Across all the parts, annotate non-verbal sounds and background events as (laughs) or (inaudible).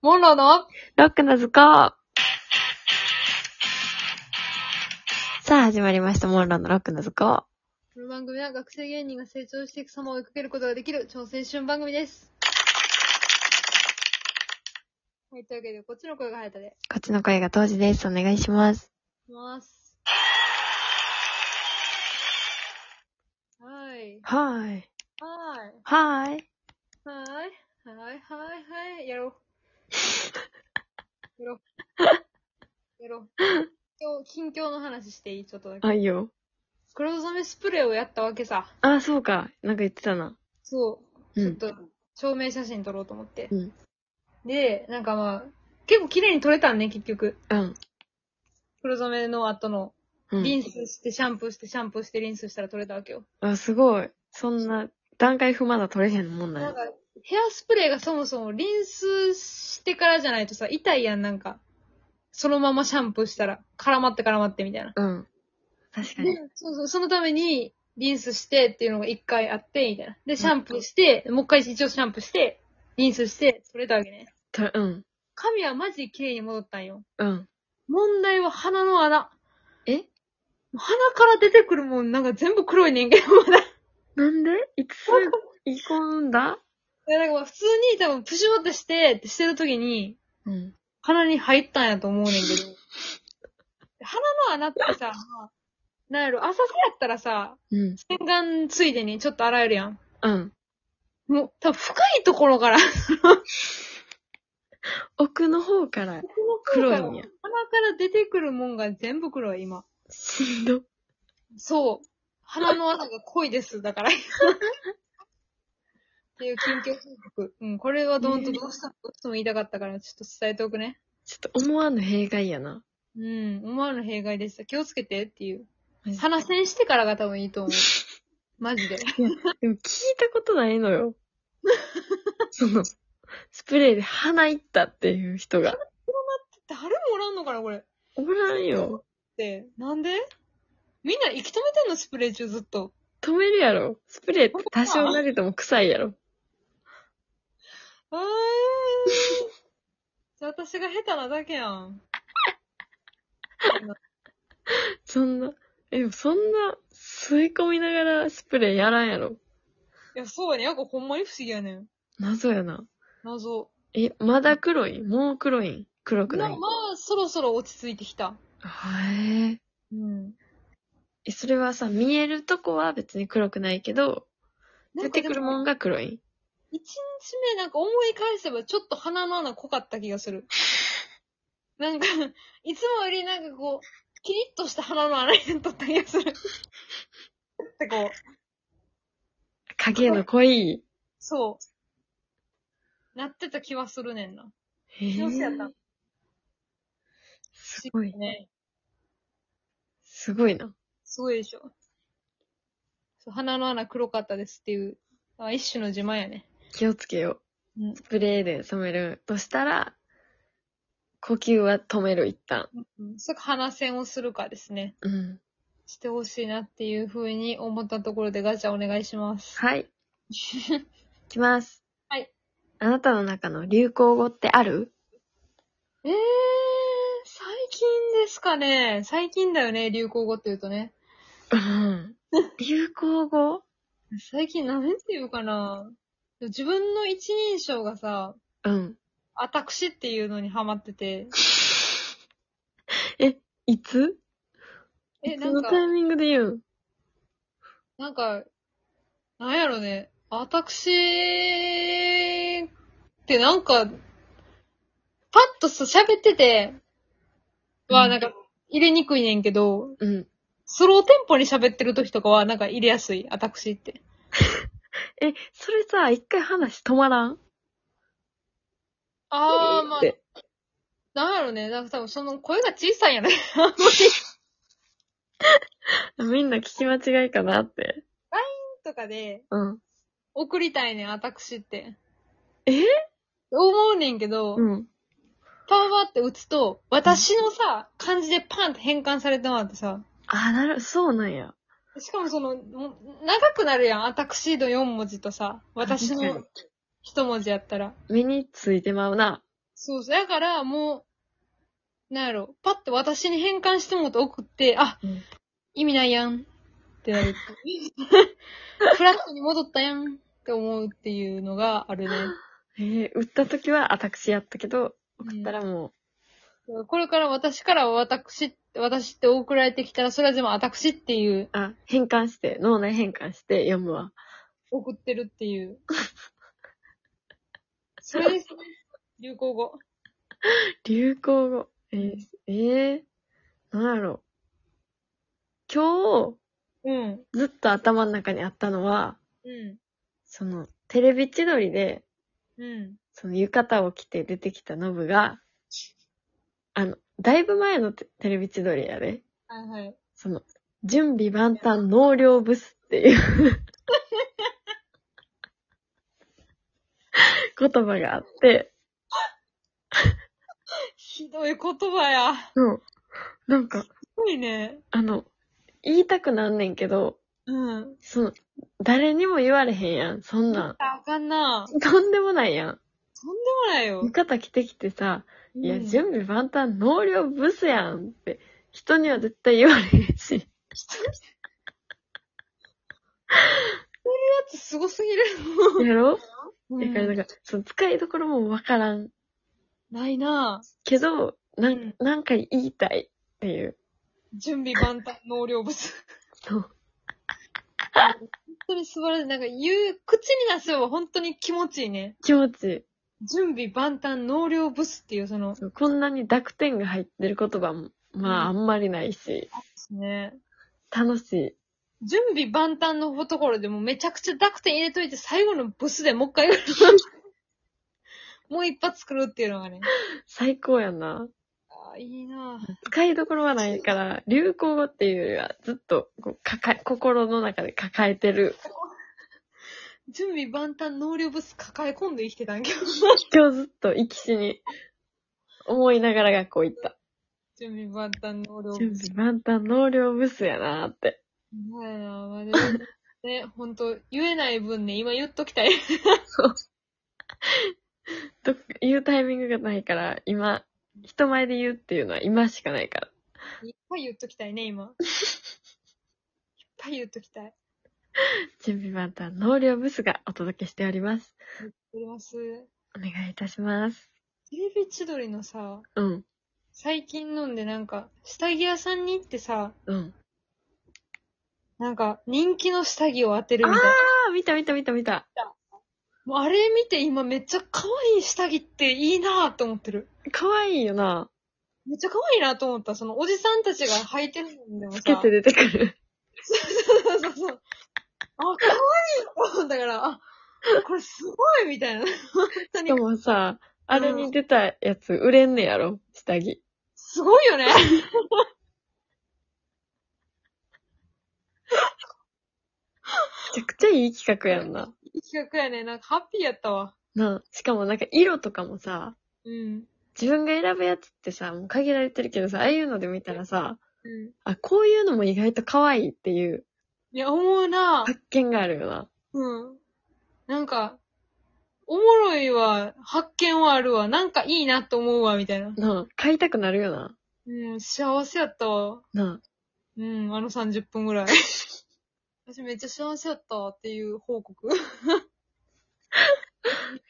モンローのロックの図 (laughs) 工さあ、始まりました。モンローのロックの図工。この番組は学生芸人が成長していく様を追いかけることができる超青春番組です。はい、というわけで、こっちの声が早田で。こっちの声が当時です。お願いします。いきます。はい。はーい。はい。ははーい。ーい。はい、はい、はい。やろう。やろう。や (laughs) ろう。近況近況の話していいちょっとだけ。あ、いいよ。黒染めスプレーをやったわけさ。あ、そうか。なんか言ってたな。そう。うちょっんと、証明写真撮ろうと思って。うんで、なんかまあ、結構綺麗に撮れたんね、結局。うん。黒染めの後の、うん。リンスして、シャンプーして、シャンプーして、リンスしたら撮れたわけよ。あ、すごい。そんな、段階踏まだ取れへんもんななんんかや。、ヘアスプレーがそもそもリンスしてからじゃないとさ、痛いやん、なんか。そのままシャンプーしたら、絡まって絡まってみたいな。うん。確かでに。、そうそう、そのために、リンスしてっていうのが一回あって、みたいな。で、シャンプーして、もう一回一応シャンプーして、リンスして、撮れたわけね。とうん。髪はマジで綺麗に戻ったんよ。うん。問題は鼻の穴。え鼻から出てくるもんなんか全部黒いねんけど、まだ。いなんでいつ、行こうんだや、 (laughs) なんかまあ普通に多分プシューってして、ってしてる時に、うん。鼻に入ったんやと思うねんけど。鼻の穴ってさ、まあなんやろ、浅瀬やったらさ、うん。洗顔ついでにちょっと洗えるやん。うん。もう、多分深いところから、奥の方から、 (laughs) 黒いんや。鼻から出てくるもんが全部黒い、今。しんど。そう。鼻の穴が濃いです、だから。っていう緊急報告。うん、これはどんとどうしたどうしても言いたかったから、ちょっと伝えておくね。ちょっと思わぬ弊害やな。うん、思わぬ弊害でした。気をつけてっていう。マジで鼻栓してからが多分いいと思う。マジで。でも聞いたことないの (laughs) よ。その、スプレーで鼻いったっていう人が。誰もおらんのかな、これ。っおらんよ。て、なんでみんな息止めてんの、スプレー中ずっと。止めるやろ。スプレーって多少慣れても臭いやろ。あー。じゃあ私が下手なだけやん。そんな、え、でもそんな、吸い込みながらスプレーやらんやろ。いや、そうやね。なんかほんまに不思議やねん。謎やな。謎。え、まだ黒いもう黒いん黒くまなあいまあ、そろそろ落ち着いてきた。へえ。うん。え、それはさ、見えるとこは別に黒くないけど、出てくるもんん。が黒いん一日目なんか思い返せばちょっと鼻の穴濃かった気がす (laughs) る。なんか、いつもよりなんかこう、キリッとした鼻の穴にとった気がする。ってこう、影の濃い。そう。なってた気はするねんな。へ気のせいやったえ。ん。すごい。ね。すごいな。すごいでしょ。そう鼻の穴黒かったですっていう、あ一種の自慢やね。気をつけよう。うんスプレーで染めるとしたら、呼吸は止める一旦。うん。それか鼻栓をするかですね。うん。してほしいなっていうふうに思ったところでガチャお願いします。はい。 (laughs) いきます。はい。あなたの中の流行語ってあるえー、最近ですかね。最近だよね、流行語って言うとね。うん。 (laughs) 流行語最近何て言うかな。自分の一人称がさ、うん。あたくしっていうのにハマってて。いつえ、いなつんのか、タイミングで言うんなんか、なんやろね。あたくしってなんか、パッとさ、喋ってて、は、なんか、入れにくいねんけど、うん。スローテンポに喋ってる時とかは、なんか入れやすい、私って。え、それさ、一回話止まらんあー、まあっ、てなんやろね。なんか多分その声が小さいんやね。 (laughs) みんな聞き間違いかなって。とかで、うん。送りたいねん、私って。え思うねんけど、うん。パワーって打つと、私のさ、漢字でパンって変換されてもらってさ、あ、なる、そうなんや。しかもその、もう長くなるやん、私の4文字とさ、私確かのに1文字やったら。目についてまうな。そうそう。だから、もう、なんやろ、パッと私に変換してもうと送って、あ、うん意味ないやんってな (laughs) るっていう。フラットに戻ったやんって思うっていうのがあるね。えー、売った時は私やったけど、送ったらもこれから私からは私、私って送られてきたら、それは全部私っていう、う、あ、変換して、脳内変換して読むわ。送ってるって (laughs) いう。それですね。流行語。流行語。えーえー、なんやろう。今日、うん。ずっと頭の中にあったのは、うその、テレビ千鳥で、ん。うん。その浴衣を着て出てきたノブが、あの、だいぶ前のテテレビ千鳥やで、はいはい。その、準備万端納涼ブスっていう言葉があって、ひどい言葉や。すそう。なんか、ごいね。あの、言いたくなんねんけど、うん。その、誰にも言われへんやん、そんなあかんな。ん。とんでもないやん。とんでもないよ浴。衣着てきてさ、いや、うん準備万端納涼ブスやんって、人には絶対言われへんし。やつすごすぎる。やろうだんからなんか、その使いどころもわからんないな。けど、なうんんなんか言いたいっていう。準備万端、納涼物。そう。本当に素晴らしい。なんか言う、口に出せば本当に気持ちいいね。気持ちいい準備万端、納涼ブスっていう、その、そうこんなに濁点が入ってる言葉も、まあ、あんまりないし、ね。楽しい。準備万端のところでもうめちゃくちゃ濁点入れといて、最後のブスでもう一回言う。もう一発作るっていうのがね。最高やな。あーいいな使いどころがないから、流行語っていうよりは、ずっとこう抱え、心の中で抱えてる。準備万端、納涼ブス抱え込んで生きてたんやけど。今日ずっと生き死に、思いながら学校行った。 (laughs) 準備万端、納涼準ブス。備万端納涼ブスやなーって。ほんまやなまあ、 (laughs) でもね、ほんと、言えない分ね、今言っと (laughs) きたい。と言うタイミングがないから、今、人前で言うっていうのは今しかないから。いっぱい言っときたいね、 (laughs) 今。いっぱい言っときたい。準備万端納涼ブスがお届けしております。おります。お願いいたします。テレビ千鳥のさ、うん、最近飲んでなんか、下着屋さんに行ってさ、うん。なんか、人気の下着を当てるみたいな。あー、見た見た見た見た。もうあれ見て今めっちゃ可愛い下着っていいなぁと思ってる。可愛いよな。めっちゃ可愛いなと思った。そのおじさんたちが履いてるのでもつけさ。て出てくる。そうそうそう。あ、可愛いと思ったから、あ、これすごいみたいな。本当しにか。もさ、あれに出たやつ売れんねやろ下着。すごいよね。めちゃくちゃいい企画やんな。いい企画やね。なんかハッピーやったわ。なあしかもなんか色とかもさ、うん。自分が選ぶやつってさ、もう限られてるけどさ、ああいうので見たらさ、うん。あ、こういうのも意外と可愛いっていういや、思うな発見があるよな。うん。なんか、おもろいわ、発見はあるわ、なんかいいなと思うわ、みたいな。なあ買いたくなるよな。うん、幸せやったわ。なあうん、あの30分ぐらい。 (laughs) 私めっちゃ幸せやったわっていう報告。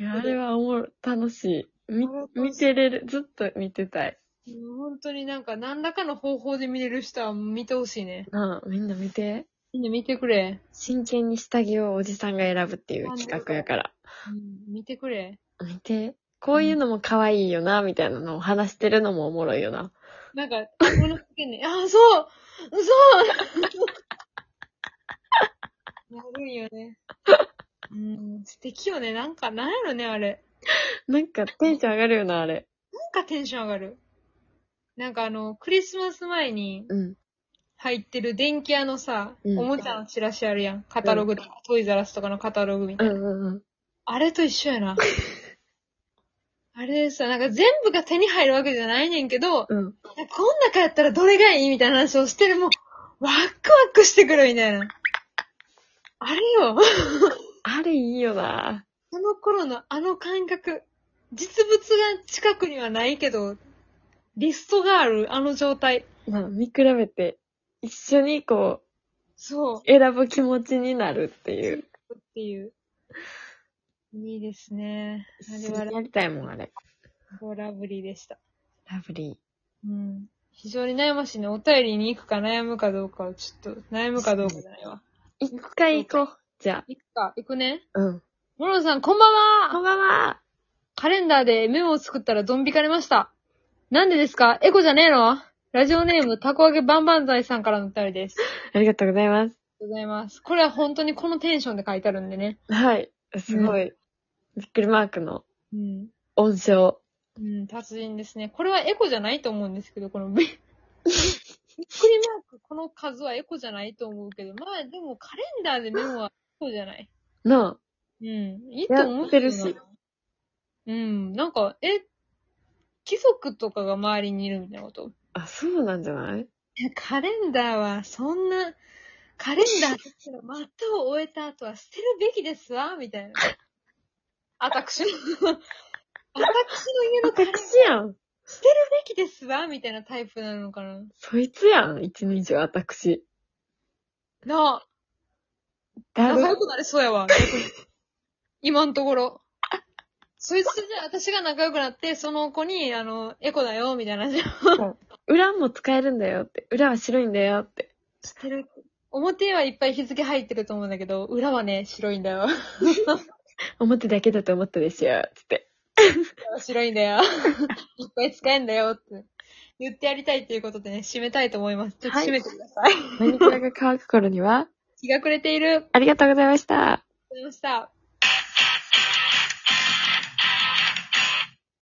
いやあれはおもろ、楽しい。みあれ楽し、い見てれる。ずっと見てたい。うん本当になんか何らかの方法で見れる人は見てほしいね。なあみんな見て。みんな見てくれ。真剣に下着をおじさんが選ぶっていう企画やから。うん、見てくれ。見て。こういうのも可愛いよな、みたいなのを話してるのもおもろいよな。なん (laughs) か、この件ね、あ、そうそう (laughs) なるんよね。うん、素敵よね。なんか、なんやろね、あれ。なんかテンション上がるよな、あれ。なんかテンション上がる。なんかあの、クリスマス前にうん。入ってる電気屋のさ、うんおもちゃのチラシあるやん。カタログとか、トイザラスとかのカタログみたいなうんうんうん。あれと一緒や (laughs) な。あれでさ、なんか全部が手に入るわけじゃないねんけど、こうん。ん中やったらどれがいいみたいな話をしてる、もう、ワクワクしてくるみたいな。あれよ。あれいいよな。その頃のあの感覚。実物が近くにはないけど、リストがある、あの状態。まあ、見比べて、一緒にこそうう、。選ぶ気持ちになるっていう。っていう。いいですね。あれ一緒はにやりたいもん、あれ。ラブリーでした。ラブリうん。非常に悩ましいね。お便りに行くか悩むかどうかをちょっと、悩むかどうかじゃないわ。ー。一回行こう。じゃ行くか。行くね。あ。うん。モロンさん、こんばんこはんばんは。カレンダーでメモを作ったらドン引かれました。なんでですかエコじゃねえのラジオネーム、たこ揚げバンバンザイさんからのお便りです。ありありがとうございます。がとうございます。これは本当にこのテンションで書いてあるんでね。はい。すごい。びっくりマークのうん。音章。うん、達人ですね。これはエコじゃないと思うんですけど、こ (laughs) のび、びっくりマーク、この数はエコじゃないと思うけど、まあでもカレンダーでメモはエコじゃない。の、うん、いいと思う。やってるし。うん、なんか、え、貴族とかが周りにいるみたいなことあ、そうなんじゃないいや、カレンダーはそんな、カレンダーとしての的を終えた後は捨てるべきですわ、みたいな。 (laughs) 私の、私の家のカレンダー私やん。べきですわ、みたいなタイプなのかな。そいつやん。一人称私。なあ、だ仲良る。くなれそうやわ。逆に今のところ。そいつじゃ、私が仲良くなって、その子に、あの、エコだよ、みたいな話を裏も使えるんだよって。裏は白いんだよって。してる。表はいっぱい日付入ってると思うんだけど、裏はね、白いんだよ。表だけだと思ったでしょ。つって。白いんだよ。 (laughs) いっぱい使えんだよ、って言ってやりたいということでね、締めたいと思います。ちょっとはい締めてください。 (laughs) 何かが乾く頃には、日が暮れている。ありがとうありがとうございました。ございました。